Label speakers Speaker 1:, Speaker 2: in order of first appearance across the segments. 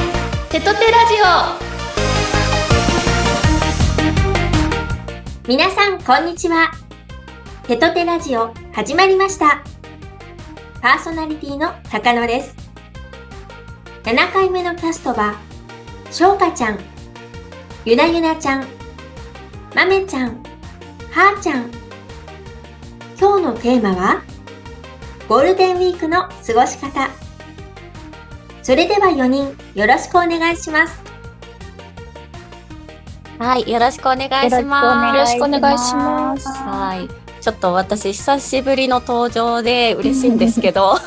Speaker 1: トテラジオ皆さんこんにちはテトテラジオ始まりましたパーソナリティの高野です7回目のキャストはしょうかちゃんゆなゆなちゃんまめちゃんはーちゃん今日のテーマはゴールデンウィークの過ごし方それでは4人よろしくお願いします
Speaker 2: はい、よろしくお願いします。
Speaker 3: よろしくお願いします。
Speaker 2: はい、ちょっと私久しぶりの登場で嬉しいんですけ ど、は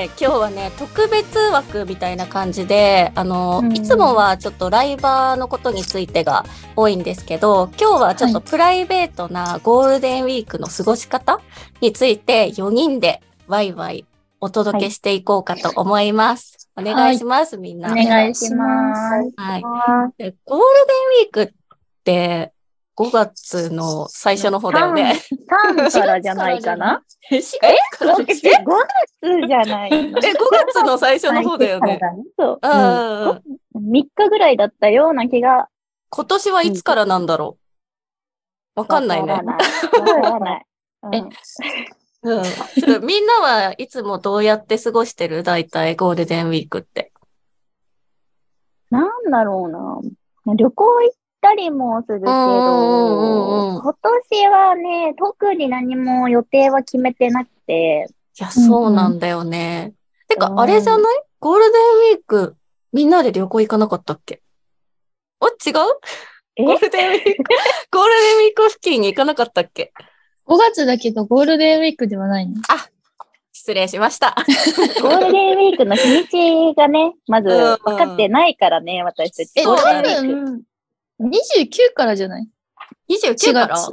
Speaker 2: い、今日はね特別枠みたいな感じで、あの、
Speaker 3: うん
Speaker 2: いつもはちょっとライバーのことについてが多いんですけど、今日はちょっとプライベートなゴールデンウィークの過ごし方について4人でワイワイお届けしていこうかと思います。お願いします、みんな。
Speaker 3: お願いします。
Speaker 2: はい。でゴールデンウィークって5月の最初の方だよね。
Speaker 3: ターンからじゃないかな
Speaker 2: え
Speaker 3: え ?5 月じゃない。
Speaker 2: え ?5 月の最初の方だよね。
Speaker 3: そう。
Speaker 2: うん
Speaker 3: 3
Speaker 2: うんうん。
Speaker 3: 日ぐらいだったような気が。
Speaker 2: 今年はいつからなんだろうわかんないね
Speaker 3: わ。からない。
Speaker 4: え
Speaker 3: うん
Speaker 2: うんちょっとみんなはいつもどうやって過ごしてる大体ゴールデンウィークって。
Speaker 3: なんだろうな。旅行行ったりもするけど、
Speaker 2: うんうんうんうん
Speaker 3: 今年はね、特に何も予定は決めてなくて、
Speaker 2: いや、そうなんだよね。てか、あれじゃないゴールデンウィーク、みんなで旅行行かなかったっけお、違う
Speaker 3: え
Speaker 2: ゴールデンウィーク、ゴールデンウィーク付近に行かなかったっけ
Speaker 4: 5月だけどゴールデンウィークではないの。
Speaker 2: 失礼しま した。
Speaker 3: ゴールデンウィークの日にちがね、まず
Speaker 2: うん
Speaker 3: 分かってないからね、私たち。
Speaker 4: え、
Speaker 2: そうだ
Speaker 4: 多
Speaker 2: ね
Speaker 4: 分、29からじゃない
Speaker 2: 29
Speaker 4: ?4
Speaker 2: から
Speaker 4: 月。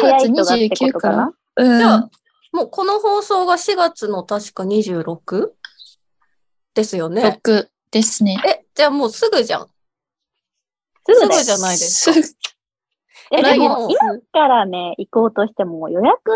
Speaker 4: 4月29から。うん。
Speaker 2: じゃあもうこの放送が4月の確か 26? ですよね。
Speaker 4: 6ですね。
Speaker 2: え、じゃあもうすぐじゃん。
Speaker 3: す
Speaker 2: す
Speaker 3: ぐ
Speaker 2: ぐ
Speaker 3: で
Speaker 2: じゃないです
Speaker 4: すぐ。
Speaker 3: え、で
Speaker 2: 来月
Speaker 3: も、今からね、行こうとしても予約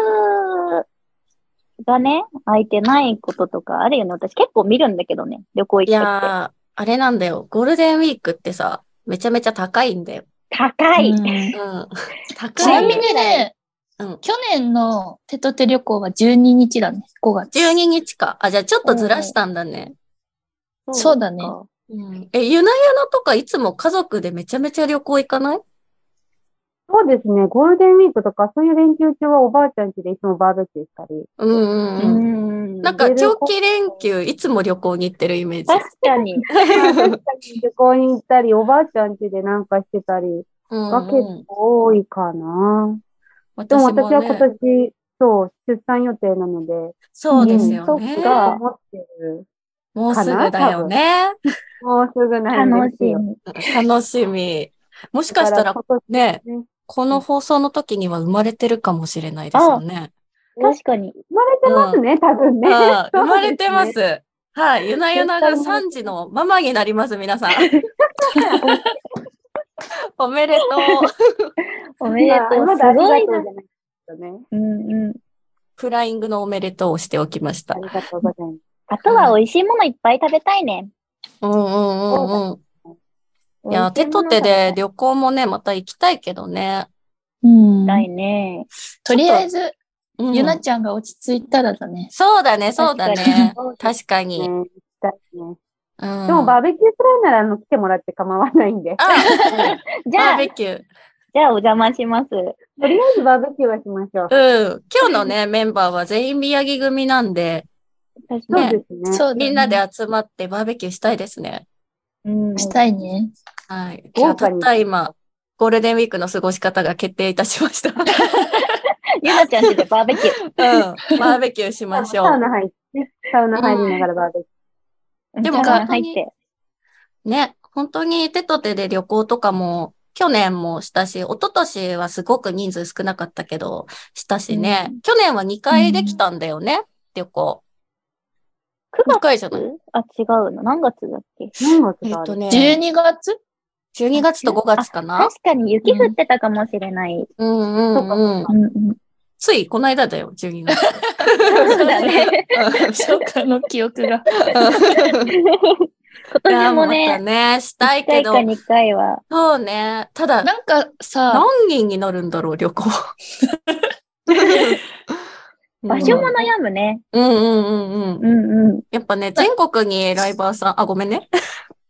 Speaker 3: がね、空いてないこととかあるよね。私結構見るんだけどね、旅行
Speaker 2: い
Speaker 3: 行ってて。
Speaker 2: やー、あれなんだよ。ゴールデンウィークってさ、めちゃめちゃ高いんだよ。
Speaker 3: 高い。
Speaker 4: うん
Speaker 2: うん。高い。
Speaker 4: ちなみにね、
Speaker 2: うん
Speaker 4: 去年のテトテ旅行は12日だね。5月。
Speaker 2: 12日か。あ、じゃあちょっとずらしたんだね。
Speaker 4: そうだね
Speaker 2: うんえ、ゆなゆなとかいつも家族でめちゃめちゃ旅行行かない
Speaker 5: そうですね。ゴールデンウィークとか、そういう連休中はおばあちゃん家でいつもバーベキューしたり。
Speaker 2: うんうん
Speaker 3: う
Speaker 2: うん。
Speaker 3: ん。
Speaker 2: なんか長期連休、いつも旅行に行ってるイメージ。
Speaker 3: 確かに。
Speaker 5: 旅行に行ったり、おばあちゃん家でなんかしてたり
Speaker 2: うん
Speaker 5: が結
Speaker 2: うん
Speaker 5: 構多いかな。で
Speaker 2: 私
Speaker 5: も
Speaker 2: も
Speaker 5: 私は今
Speaker 2: ね、
Speaker 5: 年、そう、出産予定なので、
Speaker 2: そうですよ
Speaker 3: うん
Speaker 2: ね
Speaker 3: そっ。か
Speaker 5: 思ってる。
Speaker 2: もうすぐだよね。
Speaker 5: もうすぐなん
Speaker 3: 楽し
Speaker 5: ですよ。
Speaker 3: み。
Speaker 2: 楽しみ。もしかしたら
Speaker 5: だから
Speaker 2: ね
Speaker 5: ね、
Speaker 2: この放送の時には生まれてるかもしれないですよね。
Speaker 5: うん
Speaker 3: 確かに。
Speaker 5: 生まれてますね、多分ね。
Speaker 2: ああ
Speaker 5: そ
Speaker 2: 生
Speaker 5: うですね
Speaker 2: まれてま。す。はい。ゆなゆなが
Speaker 5: 絶対生まれ
Speaker 2: 3児のママになります、皆さん。おめでとう。
Speaker 3: おめでとう。
Speaker 5: ま
Speaker 3: す
Speaker 5: あまだあり
Speaker 3: ご
Speaker 5: がと
Speaker 3: いうな。
Speaker 5: じゃないですよね。
Speaker 3: うんうん。
Speaker 2: フライングのおめでとうをしておきました。
Speaker 5: ありがとうございます。
Speaker 3: あとは美味しいものいっぱい食べたいね。
Speaker 2: うんうんうんうん。いや、手と手で旅行もね、また行きたいけどね。
Speaker 4: うん
Speaker 3: たいね。
Speaker 4: とりあえず、
Speaker 2: うん
Speaker 4: ゆなちゃんが落ち着いたらだね。
Speaker 2: そうだね、そうだね。
Speaker 5: 確
Speaker 2: 確か
Speaker 5: かに
Speaker 2: に。
Speaker 5: ね。行きたいね。
Speaker 2: うん
Speaker 5: でもバーベキューくらいならあの来てもらって構わないんで。
Speaker 2: あ、
Speaker 3: じ
Speaker 2: バ
Speaker 3: ゃあ、
Speaker 2: ーベ
Speaker 3: じ
Speaker 2: キュー。
Speaker 3: ゃあお邪魔します。
Speaker 5: とりあえずバーベキューはしましょう。
Speaker 2: うん。今日のね、メンバーは全員宮城組なんで、
Speaker 3: 確
Speaker 5: そ
Speaker 3: か
Speaker 5: う
Speaker 3: に。
Speaker 5: ですね。
Speaker 4: そうだね
Speaker 2: みんなで集まってバーベキューしたいですね。
Speaker 3: うん
Speaker 4: したいね。
Speaker 2: はい。今
Speaker 5: 豪
Speaker 2: 日た
Speaker 5: 華に
Speaker 2: った今、ゴールデンウィークの過ごし方が決定いたしました。う
Speaker 3: ゆなちゃんちでバーベキュー。
Speaker 2: ん。 バーベキューしましょ
Speaker 5: サウ
Speaker 2: う。
Speaker 5: ナ入って、サウナ入りながらバーベキ
Speaker 2: でも
Speaker 3: お茶碗
Speaker 2: 本当に
Speaker 3: 入って。
Speaker 2: ね、本当に手と手で旅行とかも、去年もしたし、一昨年はすごく人数少なかったけど、したしね。去年は2回できたんだよね、旅行。
Speaker 3: 9
Speaker 2: 2回じゃない
Speaker 3: 月あ、違うの。何月だっけ
Speaker 5: ュー。何月
Speaker 2: えっ
Speaker 5: があ
Speaker 2: と
Speaker 5: る
Speaker 2: ね、
Speaker 4: 12月
Speaker 2: 12月と5月かな。
Speaker 3: 確かに雪降ってたかもしれない。
Speaker 2: うんうんうん。
Speaker 4: うんうん。
Speaker 2: ついこの間だよ、12月。
Speaker 3: そうだね。
Speaker 4: 初夏の記憶が。
Speaker 3: 今
Speaker 2: や
Speaker 3: 年も
Speaker 2: また
Speaker 3: ね、
Speaker 2: ね、したい
Speaker 3: 1回
Speaker 2: け
Speaker 3: か
Speaker 2: ど、
Speaker 3: 2回は。
Speaker 2: そうね。ただ、
Speaker 4: なんかさ、
Speaker 2: 何人になるんだろう、旅行。
Speaker 3: 場所も悩むね。
Speaker 2: うんうんうんうん。
Speaker 3: うんうん。
Speaker 2: やっぱね、全国にライバーさん、あ、ごめんね。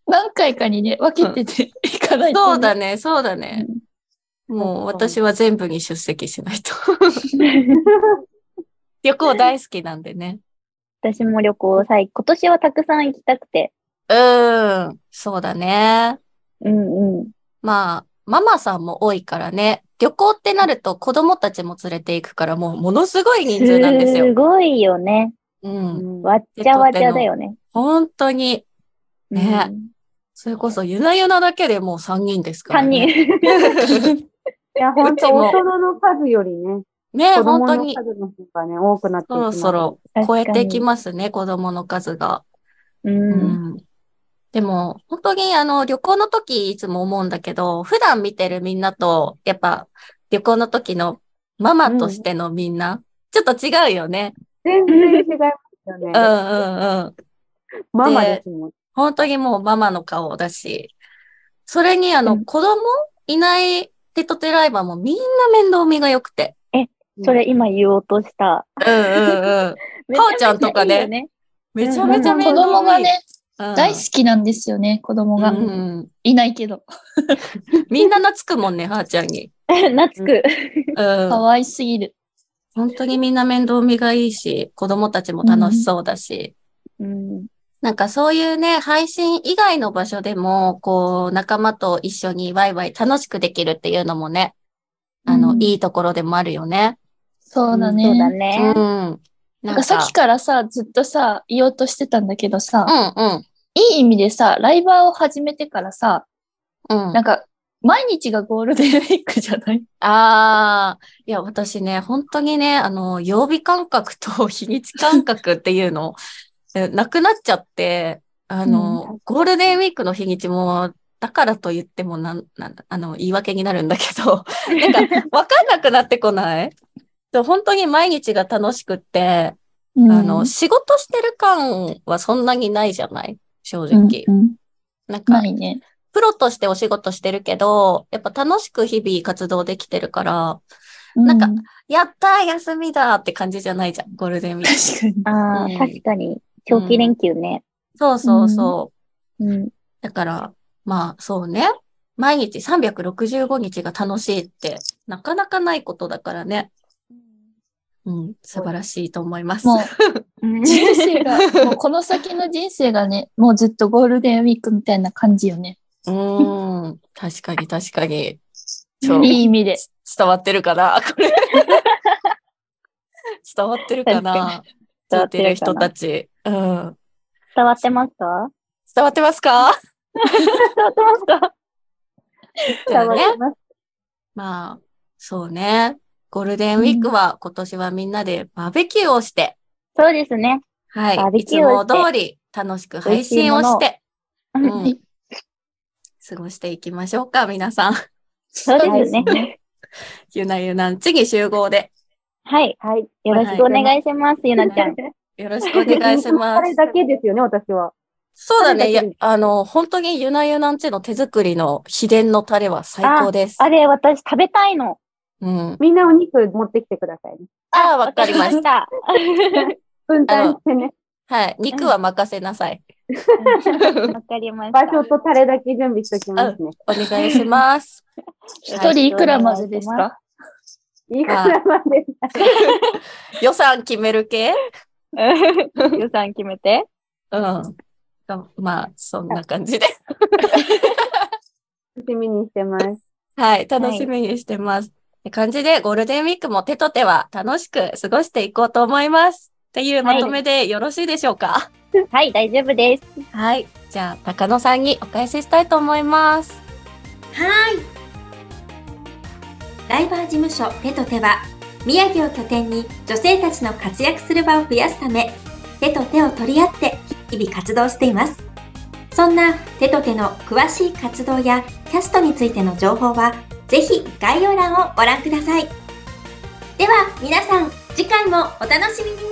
Speaker 4: 何回かにね、分けてて、行かないと。
Speaker 2: そうだね、そうだね。もう
Speaker 5: 確かに
Speaker 2: 私は全部に出席しないと。旅行大好きなんでね。
Speaker 3: 私も旅行さい、今年はたくさん行きたくて。
Speaker 2: うん、そうだね。
Speaker 3: うんうん。
Speaker 2: まあ、ママさんも多いからね。旅行ってなると子供たちも連れて行くからもうものすごい人数なんですよ。
Speaker 3: ごいよね。
Speaker 2: うん。
Speaker 3: わっちゃわちゃだよね。
Speaker 2: 本当に。ね
Speaker 3: うん
Speaker 2: それこそゆなゆなだけでもう3人ですから、
Speaker 3: 三
Speaker 2: ね。
Speaker 3: 人。
Speaker 2: 3人。
Speaker 5: いや、本
Speaker 2: うち
Speaker 5: 当
Speaker 2: も
Speaker 5: 大人の数よりね、
Speaker 2: ね
Speaker 5: 子
Speaker 2: 本
Speaker 5: 供
Speaker 2: 当
Speaker 5: の
Speaker 2: に。
Speaker 5: 数の方がね、多くなっていき
Speaker 2: そ
Speaker 5: ま
Speaker 2: ろ
Speaker 5: す。
Speaker 2: そろ超えてき
Speaker 3: ま
Speaker 2: ますね、子供の数が。
Speaker 3: す。う。
Speaker 2: うんんでも、本当にあの、旅行の時いつも思うんだけど、普段見てるみんなと、やっぱ旅行の時のママとしてのみんな、ちょっと違うよね。
Speaker 5: 全然違いますよね
Speaker 2: うん。うんうん。
Speaker 5: ママですもん。
Speaker 2: 本当にもうママの顔だし、それにあの、
Speaker 3: うん
Speaker 2: 子供いないテトテライバーもみんな面倒見が良くて。
Speaker 3: それ今言おうとした。
Speaker 2: うんうんうん。かおちゃんとかね
Speaker 3: めちゃめちゃいいよ。
Speaker 2: めちゃめちゃ
Speaker 4: 子
Speaker 2: 面倒見
Speaker 4: 供がね、
Speaker 2: うん
Speaker 4: 大好きなんですよね、子供が。
Speaker 2: うん
Speaker 4: いないけど。
Speaker 2: みんな懐くもんね、はーちゃんに。
Speaker 3: 懐く。
Speaker 2: うん
Speaker 4: 可愛すぎる。
Speaker 2: 本当にみんな面倒見がいいし、子供たちも楽しそうだし、
Speaker 3: うん。
Speaker 2: なんかそういうね、配信以外の場所でも、こう、仲間と一緒にワイワイ楽しくできるっていうのもね、あの、
Speaker 4: うん
Speaker 2: いいところでもあるよね。
Speaker 4: そうだね。
Speaker 3: そうだ
Speaker 2: う
Speaker 3: ね。
Speaker 2: ん。
Speaker 4: なんかさっきからさ、ずっとさ、言おうとしてたんだけどさ、
Speaker 2: うん
Speaker 4: いい意味でさ、ライバーを始めてからさ、
Speaker 2: うん。うん。
Speaker 4: なんか、毎日がゴールデンウィークじゃない
Speaker 2: ああ、いや、私ね、本当にね、あの、曜日感覚と日にち感覚っていうの、 えなくなっちゃって、あの、ゴールデンウィークの日にちも、だからと言ってもなん、なんだ、あの、言い訳になるんだけど、 なんか、わかんなくなってこないそう本当に毎日が楽しくって、
Speaker 4: あ
Speaker 2: あの、仕事してる感はそんなにないじゃない正直。なんか
Speaker 4: な、いね。
Speaker 2: プロとしてお仕事してるけど、やっぱ楽しく日々活動できてるから、なんか
Speaker 4: う
Speaker 2: やったー休みだーって感じじゃないじゃん、ゴールデンウィー ク。
Speaker 4: 確かに。
Speaker 3: ああ、
Speaker 2: うん
Speaker 3: 確かに。長期連休ね。
Speaker 2: そうそうそう。
Speaker 3: うん。
Speaker 2: だから、まあそうね。毎日365日が楽しいって、なかなかないことだからね。うん、素晴らしいと思います。
Speaker 4: もう、
Speaker 3: うん
Speaker 4: 人生が、もうこの先の人生がね、もうずっとゴールデンウィークみたいな感じよね。
Speaker 2: うーん、確かに確かに。そう
Speaker 4: いい意味で。
Speaker 2: 伝わってるかなこ れ。伝わってるかな
Speaker 3: 伝
Speaker 2: 聞
Speaker 3: わ
Speaker 2: い
Speaker 3: ってて
Speaker 2: る
Speaker 3: る
Speaker 2: 人
Speaker 3: かな
Speaker 2: たち。うん。
Speaker 3: 伝わってますか
Speaker 2: 伝わってますか
Speaker 3: 伝わってますか
Speaker 2: じゃあね。
Speaker 3: ます。
Speaker 2: まあ、そうね。ゴールデンウィークは今年はみんなでバーベキューをして、
Speaker 3: そうですね。
Speaker 2: はい
Speaker 3: バー。ベ
Speaker 2: いつ
Speaker 3: キュー
Speaker 2: も
Speaker 3: をし
Speaker 2: 通
Speaker 3: て
Speaker 2: り楽しく配信をして、
Speaker 3: 美味しい
Speaker 2: う
Speaker 3: ものを
Speaker 4: はい
Speaker 2: ん、過ごしていきましょうか、皆さん。
Speaker 3: そうですね。
Speaker 2: ゆなゆなんちに集合で
Speaker 3: はい。
Speaker 5: はい。
Speaker 3: よろしくお願いします、ゆなちゃん。
Speaker 2: よろしくお願いしま
Speaker 5: あ れ
Speaker 2: す。
Speaker 5: だけですよね、私は。
Speaker 2: そうだ
Speaker 5: タ
Speaker 2: ね。
Speaker 5: レ
Speaker 2: い
Speaker 5: だ
Speaker 2: や
Speaker 5: けで
Speaker 2: あの、本当にゆなゆなんちの手作りの秘伝のタレは最高です。
Speaker 3: あれ、私食べたいの。
Speaker 2: うん。
Speaker 5: みんなお肉持ってきてくださいね。
Speaker 2: ああ、わかりました。
Speaker 3: た。
Speaker 5: 分担してね。
Speaker 2: はい。肉は任せなさい。
Speaker 3: わかりました。
Speaker 5: 場所とタレだけ準備しておきますね。
Speaker 2: お願いし ます。
Speaker 4: 一人いくらまでですか
Speaker 5: いくらまで。
Speaker 2: 予算決める系
Speaker 3: 予算決めて。
Speaker 2: うん。まあ、そんな感 じで。
Speaker 5: 楽しみにしてます。
Speaker 2: はい、楽しみにしてます。って感じで、ゴールデンウィークも手と手は楽しく過ごしていこうと思います。っていうまとめでよろしいでしょうか。
Speaker 3: はい、大丈夫です。
Speaker 2: はい、じゃあ、高野さんにお返ししたいと思います。
Speaker 1: はーい。ライバー事務所手と手は、宮城を拠点に女性たちの活躍する場を増やすため、手と手を取り合って日々活動しています。そんな手と手の詳しい活動やキャストについての情報は、ぜひ概要欄をご覧ください。では皆さん、次回もお楽しみに